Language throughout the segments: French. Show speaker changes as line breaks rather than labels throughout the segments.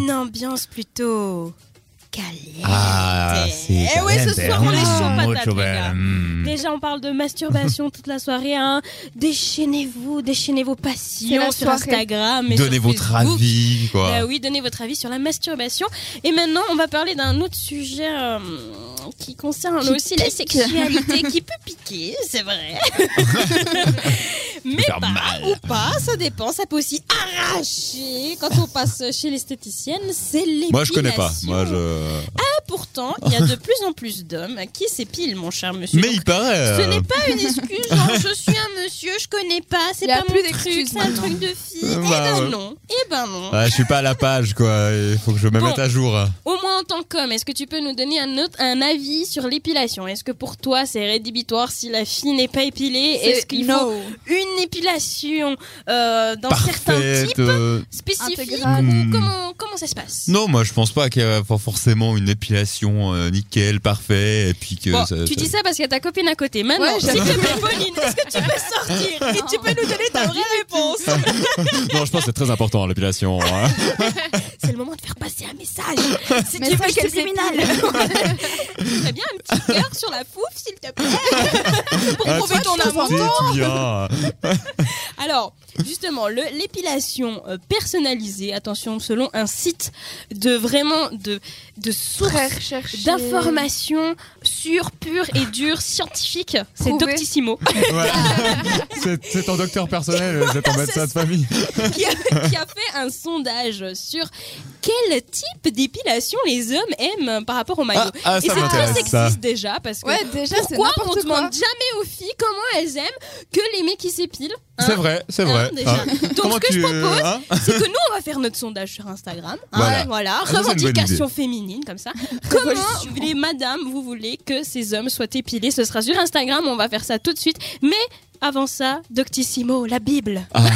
une ambiance plutôt caliente.
Ah, sí,
Eh ouais, ce
caliente.
soir, on les chauffe
Mm,
patates,
mucho
les gars.
bien. Mm.
Déjà, on parle de masturbation toute la soirée. Hein. Déchaînez-vous, déchaînez vos
C'est
passions
la
sur
soirée.
Instagram. et
Hmm. Donnez
sur
votre
Facebook.
avis, quoi.
Bah oui, donnez votre avis sur la masturbation. Et maintenant, on va parler d'un autre sujet euh, qui concerne
Qui
aussi la
pique.
sexualité, qui peut piquer, c'est vrai. Mais
Faire
pas
mal.
ou pas, ça dépend. Ça peut aussi arracher quand on passe chez l'esthéticienne. C'est l'épilation.
Moi, je connais pas. Moi, je...
Et pourtant, il y a de plus en plus d'hommes qui s'épilent, mon cher monsieur.
Mais il paraît.
Ce
euh,
n'est pas une excuse, genre je suis un monsieur, je connais pas, c'est
Il y a
pas
plus
mon truc,
d'excuses
c'est un
maintenant.
truc de fille.
Euh,
eh
bah,
ben
ouais.
non, eh ben non.
ouais, je suis pas à la page, quoi. Il faut que je me
Bon.
mette à jour.
Au moins en tant qu'homme, est-ce que tu peux nous donner un, autre, un avis sur l'épilation Est-ce que pour toi c'est rédhibitoire si la fille n'est pas épilée Est-ce qu'il faut
no.
une épilation euh, dans certains
Parfaite.
types
euh,
spécifiques
Intégrale.
ou
Hmm.
comment, comment ça se passe
Non, moi, je pense pas qu'il y a for- forcément une épilation euh, nickel, parfait, et puis que.
Bon,
ça-
tu
ça-
dis ça parce qu'il y a ta copine à côté. Maintenant,
Ouais,
s'il te plaît, Pauline, est-ce que tu peux sortir et tu peux nous donner ta vraie réponse
Non, je pense que c'est très important, l'épilation. hein.
C'est le moment de faire passer un message. Si tu
Message
veux que
subliminal.
Très bien, un petit cœur sur la fouf, s'il te plaît, pour
Ah,
prouver
tu-
ton
tu-
amour.
tu viens.
Alors, justement, le- l'épilation euh, personnalisée, attention, selon un site de vraiment de, de
Très
sources
recherché.
d'informations sûres, pures et dures, scientifiques, c'est
Prouvées.
Doctissimo
Ouais. C'est- C'est ton docteur personnel, c'est ton médecin de famille.
qui a, qui a fait un sondage sur quel type d'épilation les hommes aiment par rapport au maillot.
Ah, ah,
et
ça
c'est très
m'intéresse,
sexiste
ça.
déjà parce que
Ouais, déjà, c'est
pourquoi on
n'importe quoi.
demande jamais aux filles comment elles aiment que les mecs qui s'épilent hein,
C'est vrai, c'est
hein,
vrai.
déjà.
Hein.
Donc
Comment
ce que
tu-
je propose,
hein
c'est que nous on va faire notre sondage sur Instagram. hein,
Voilà.
voilà.
Ah, ça, c'est une bonne
revendication féminine comme ça. Comment les madames vous voulez que ces hommes soient épilés Ce sera sur Instagram, on va faire ça tout de suite. Mais avant ça, Doctissimo, la Bible.
Ah,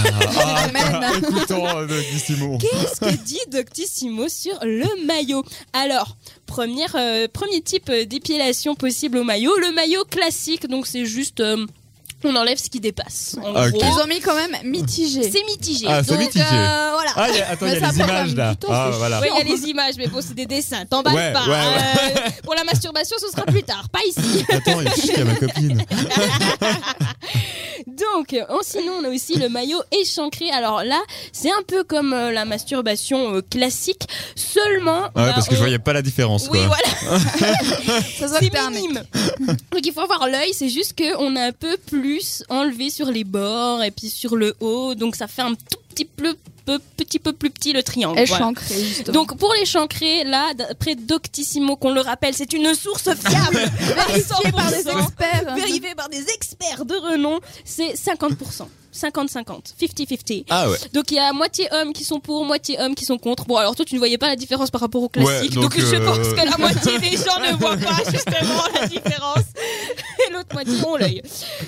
Amen.
écoutons euh, de Gissimo.
Qu'est-ce que dit Doctissimo sur le maillot Alors, première, euh, premier type euh, d'épilation possible au maillot, le maillot classique, donc c'est juste euh, on enlève ce qui dépasse. En
Ok.
gros,
Ils ont mis quand même mitigé.
c'est mitigé.
Ah, c'est
donc,
mitigé.
euh, voilà.
Ah, il y a- attends, il
Mais
y a
ça
les
prend
images
du
là.
temps,
Ah,
c'est
voilà.
Oui, il y a les images, mais bon, c'est des dessins, t'emballes
Ouais,
pas.
ouais,
Euh, pour la masturbation, ce sera plus tard, pas ici.
Attends, il chie à ma copine.
Donc, euh, sinon, on a aussi le maillot échancré. Alors là, c'est un peu comme euh, la masturbation euh, classique, seulement.
Ah ouais,
bah,
parce que je
on-
voyais pas la différence
Oui,
quoi.
voilà.
Ça se voit que t'es
C'est
un mec.
minime. Donc il faut avoir l'œil, c'est juste qu'on a un peu plus enlevé sur les bords et puis sur le haut, donc ça fait un tout petit peu, peu- petit peu plus petit le triangle.
Elle
voilà.
chancre, justement.
Donc pour les chancrés, là, d'après Doctissimo, qu'on le rappelle, c'est une source fiable, vérifiée
par des experts.
vérifiée par des experts de renom, c'est 50%. 50-50, 50-50.
Ah ouais.
Donc il y a moitié hommes qui sont pour, moitié hommes qui sont contre. Bon alors toi tu ne voyais pas la différence par rapport au classique,
Ouais, donc,
donc, je
euh,
pense que la moitié des gens ne voient pas justement la différence et l'autre moitié ont l'œil.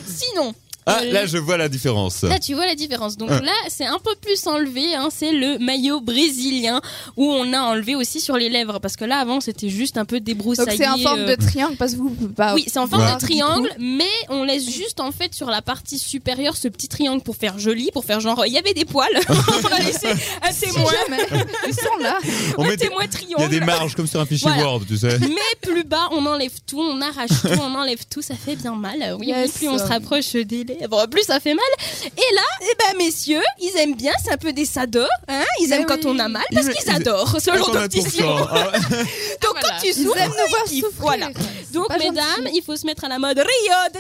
Sinon.
Ah
euh,
là je vois la différence.
Là, tu vois la différence. Donc
Ouais.
là, c'est un peu plus enlevé. hein, c'est le maillot brésilien où on a enlevé aussi sur les lèvres. Parce que là, avant, c'était juste un peu débroussaillé.
Donc c'est en forme
euh,
de triangle parce que vous bah, pouvez pas.
oui, c'est en forme
Ouais.
de triangle, mais on laisse juste en fait sur la partie supérieure ce petit triangle pour faire joli, pour faire genre il y avait des poils. on a laissé un témoin,
Jamais. Ils sont là.
On
un
met des-
témoin
Il y a
triangle.
des marges comme sur un fichier
Voilà.
Word, tu sais.
Mais plus bas, on enlève tout, on arrache tout, on enlève tout, ça fait bien mal. Oui, oui,
Yes.
plus on se rapproche des lèvres, plus ça fait mal. Et là, eh ben messieurs, ils aiment bien, c'est un peu des sados, hein ils
Mais
aiment quand
Eh oui.
on a mal parce
Ils-
qu'ils
ils-
adorent, selon
50%.
Doctissimo.
Ah ouais.
Donc
Voilà.
quand tu
Ah, Ils
souffres,
aiment nous voir
ils kiffent.
souffrir.
Voilà. Donc
pas
mesdames,
gentil.
il faut se mettre à la mode Rio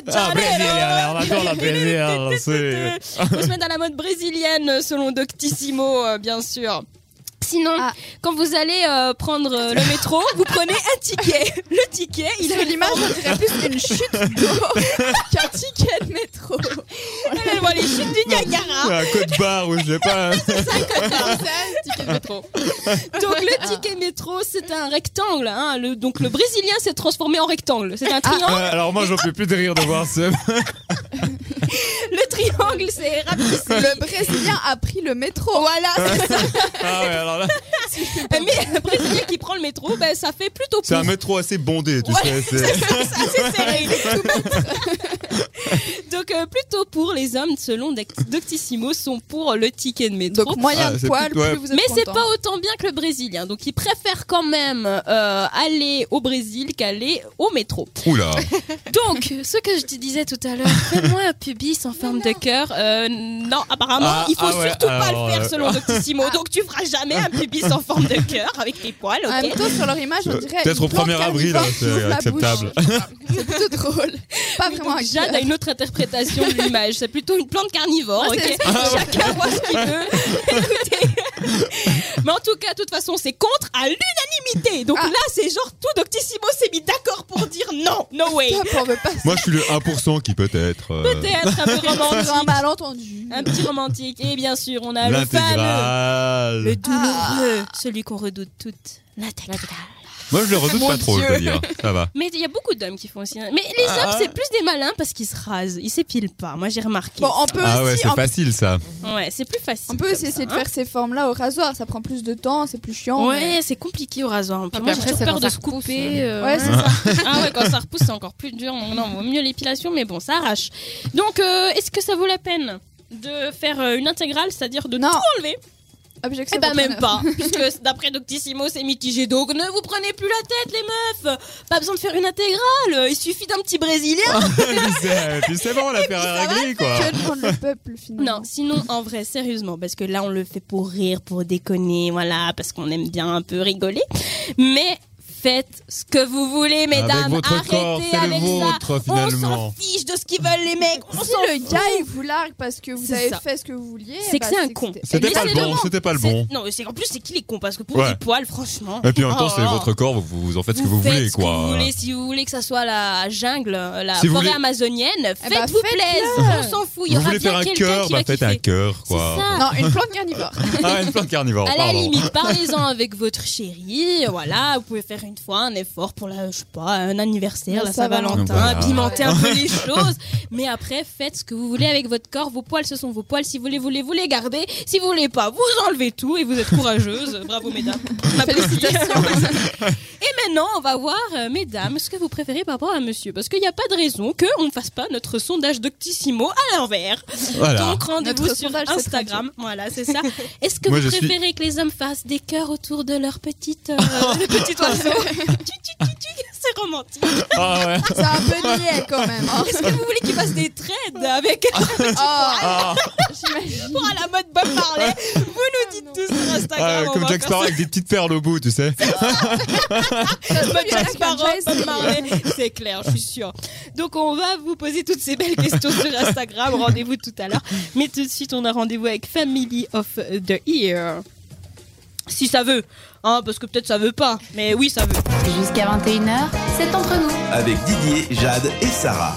de
Ah, Brésil,
Janeiro.
on adore la Brésil. c'est-
On se met dans la mode brésilienne selon Doctissimo, euh, bien sûr. Sinon,
Ah.
quand vous allez euh, prendre euh, le métro, vous prenez un ticket. Le ticket, il
Il
a
a l'image, on dirait plus une chute d'eau qu'un ticket de métro.
Elle voit les chutes du Niagara.
Un code barre ou je sais pas.
Ticket de métro. Donc le ticket métro, c'est un rectangle. hein. Le- donc le brésilien s'est transformé en rectangle. C'est un triangle.
Euh, Alors moi j'en peux plus de rire de voir ce.
Le triangle, c'est rapetissé.
Le Brésilien a pris le métro.
Voilà, c'est ça.
Ah ouais, alors là,
Mais un brésilien qui prend le métro, ben, ça fait plutôt
c'est un
pour.
métro assez bondé, tu
Ouais,
sais. c'est-
C'est assez serré. Donc euh, plutôt pour les hommes, selon Dect- Doctissimo, sont pour le ticket de métro.
Donc moyen
Ah,
de
c'est
poil,
plutôt-
plus vous êtes
mais c'est
content.
pas autant bien que le brésilien, donc ils préfèrent quand même euh, aller au Brésil qu'aller au métro.
Oula.
Donc, ce que je te disais tout à l'heure, fais-moi un pubis en forme de cœur. Euh, non, apparemment,
Ah,
il faut
ah ouais,
surtout pas
alors,
le faire
euh,
selon Doctissimo. Donc, tu feras jamais un pubis en forme de cœur avec tes poils,
En même
ok
temps, sur leur image, on
Euh,
dirait.
peut-être
une
au
plante
1er avril,
carnivore
hein,
qui
c'est
ouvre la
acceptable.
bouche. C'est plutôt drôle. Pas
Mais
vraiment
donc,
un
Jade a une autre interprétation de l'image. C'est plutôt une plante carnivore,
Ah,
ok
c'est
Chacun voit ce qu'il veut. Écoutez. Mais en tout cas, de toute façon, c'est contre à l'unanimité. Donc
Ah.
là, c'est genre tout Doctissimo s'est mis d'accord pour dire non, no way.
Top, on veut pas
Moi, je suis le 1% qui peut-être. euh,
Peut-être un peu
C'est un
romantique.
malentendu.
Un petit romantique. Et bien sûr, on a Ah, le fameux, le Ah.
L'intégrale.
douloureux, celui qu'on redoute toutes. L'intégrale.
Moi, je le redoute
Mon
pas trop, je dois
Dieu.
dire. Ça va.
Mais il y a beaucoup d'hommes qui font aussi. hein. Mais les
Ah.
hommes, c'est plus des malins parce qu'ils se rasent. Ils s'épilent pas. Moi, j'ai remarqué.
Bon, on peut
Ah ouais,
aussi.
c'est
on-
facile ça.
Ouais, c'est plus facile.
On peut
comme
aussi
ça,
essayer de
hein.
faire ces formes-là au rasoir, ça prend plus de temps, c'est plus chiant.
Ouais, c'est compliqué au rasoir. Puis
Ah,
moi,
puis
j'ai
après,
toujours
c'est
peur
quand
de
ça
se
repousse,
couper.
euh.
euh,
Ouais, c'est ça.
Ah ouais, quand ça repousse, c'est encore plus dur. Non, vaut mieux l'épilation, mais bon, ça arrache. Donc, euh, est-ce que ça vaut la peine de faire euh, une intégrale, c'est-à-dire de
Non.
tout enlever
Objection.
Eh ben même
d'entraîneur.
pas, puisque d'après Doctissimo, c'est mitigé. Donc, ne vous prenez plus la tête, les meufs. Pas besoin de faire une intégrale. Il suffit d'un petit Brésilien.
Puis c'est- puis c'est bon, la Ferrari gris, quoi.
Que demande le peuple finalement
Non, sinon, en vrai, sérieusement, parce que là, on le fait pour rire, pour déconner, voilà, parce qu'on aime bien un peu rigoler. Mais faites ce que vous voulez, mesdames.
Avec votre
Arrêtez
corps, c'est le
avec ça.
vôtre
On s'en
finalement.
fiche de ce qu'ils veulent, les mecs. On
Si
s'en
le gars il vous largue parce que vous
C'est
avez
ça.
fait ce que vous vouliez.
C'est que
bah,
c'est un con.
que
C'était
Mais
pas
c'est
le bon,
vraiment-
c'était pas le
C'est-
bon.
Non, mais c'est- en plus, c'est qu'il est con parce que pour
Ouais.
des poils, franchement.
Et puis en même temps,
Oh
c'est
là là.
votre corps, vous, vous en faites ce que vous
faites
voulez,
ce que vous
quoi.
voulez. si vous voulez que ça soit la jungle, la
Si vous
forêt
voulez-
amazonienne,
Eh
faites-vous
bah, faites-le.
plaisir. On s'en fout. Il y
Vous
aura
voulez
bien
faire un
quelqu'un
cœur,
qui
bah
va
faites
kiffer.
un cœur,
C'est
quoi.
ça.
Non, une plante carnivore.
Ah, une plante carnivore,
À la
pardon.
limite, parlez-en avec votre chérie. Voilà, vous pouvez faire une fois un effort pour la, je sais pas, un anniversaire,
La
la Saint-Valentin,
Saint-Valentin.
pimenter un peu les choses. Mais après, faites ce que vous voulez avec votre corps. Vos poils, ce sont vos poils. Si vous les voulez, vous les gardez. Si vous voulez pas, vous enlevez tout et vous êtes courageuse. Bravo, mesdames. Félicitations. et maintenant, on va voir, euh, mesdames, ce que vous préférez par rapport à monsieur. Parce qu'il n'y a pas de raison qu'on ne fasse pas notre sondage d'Octissimo à l'envers.
Voilà.
Donc rendez-vous
Notre
sur
sondage, c'est
Instagram. Voilà, c'est ça. Est-ce que
Moi,
vous
je suis-
préférez que les hommes fassent des cœurs autour de leur petite, euh, le petit oiseau Tu, tu, tu, tu, C'est romantique.
Ah ouais.
C'est un peu niais quand même. hein.
Est-ce que vous voulez qu'ils fassent des trades avec
Oh,
Ah,
j'imagine.
pour à la mode Bob Marley Vous nous dites tout sur
ah,
Instagram. on
comme
va
Jack
faire
Sparrow avec des petites perles au bout, tu sais.
ça. Bob Jack Sparrow,
Jack
Bob Marley. C'est clair, je suis sûre. Donc on va vous poser toutes ces belles questions sur Instagram. Rendez-vous tout à l'heure. Mais tout de suite, on a rendez-vous avec Family of the Year. Si ça veut, hein, parce que peut-être ça veut pas, mais oui, ça veut.
Jusqu'à 21h, c'est entre nous.
Avec Didier, Jade et Sarah.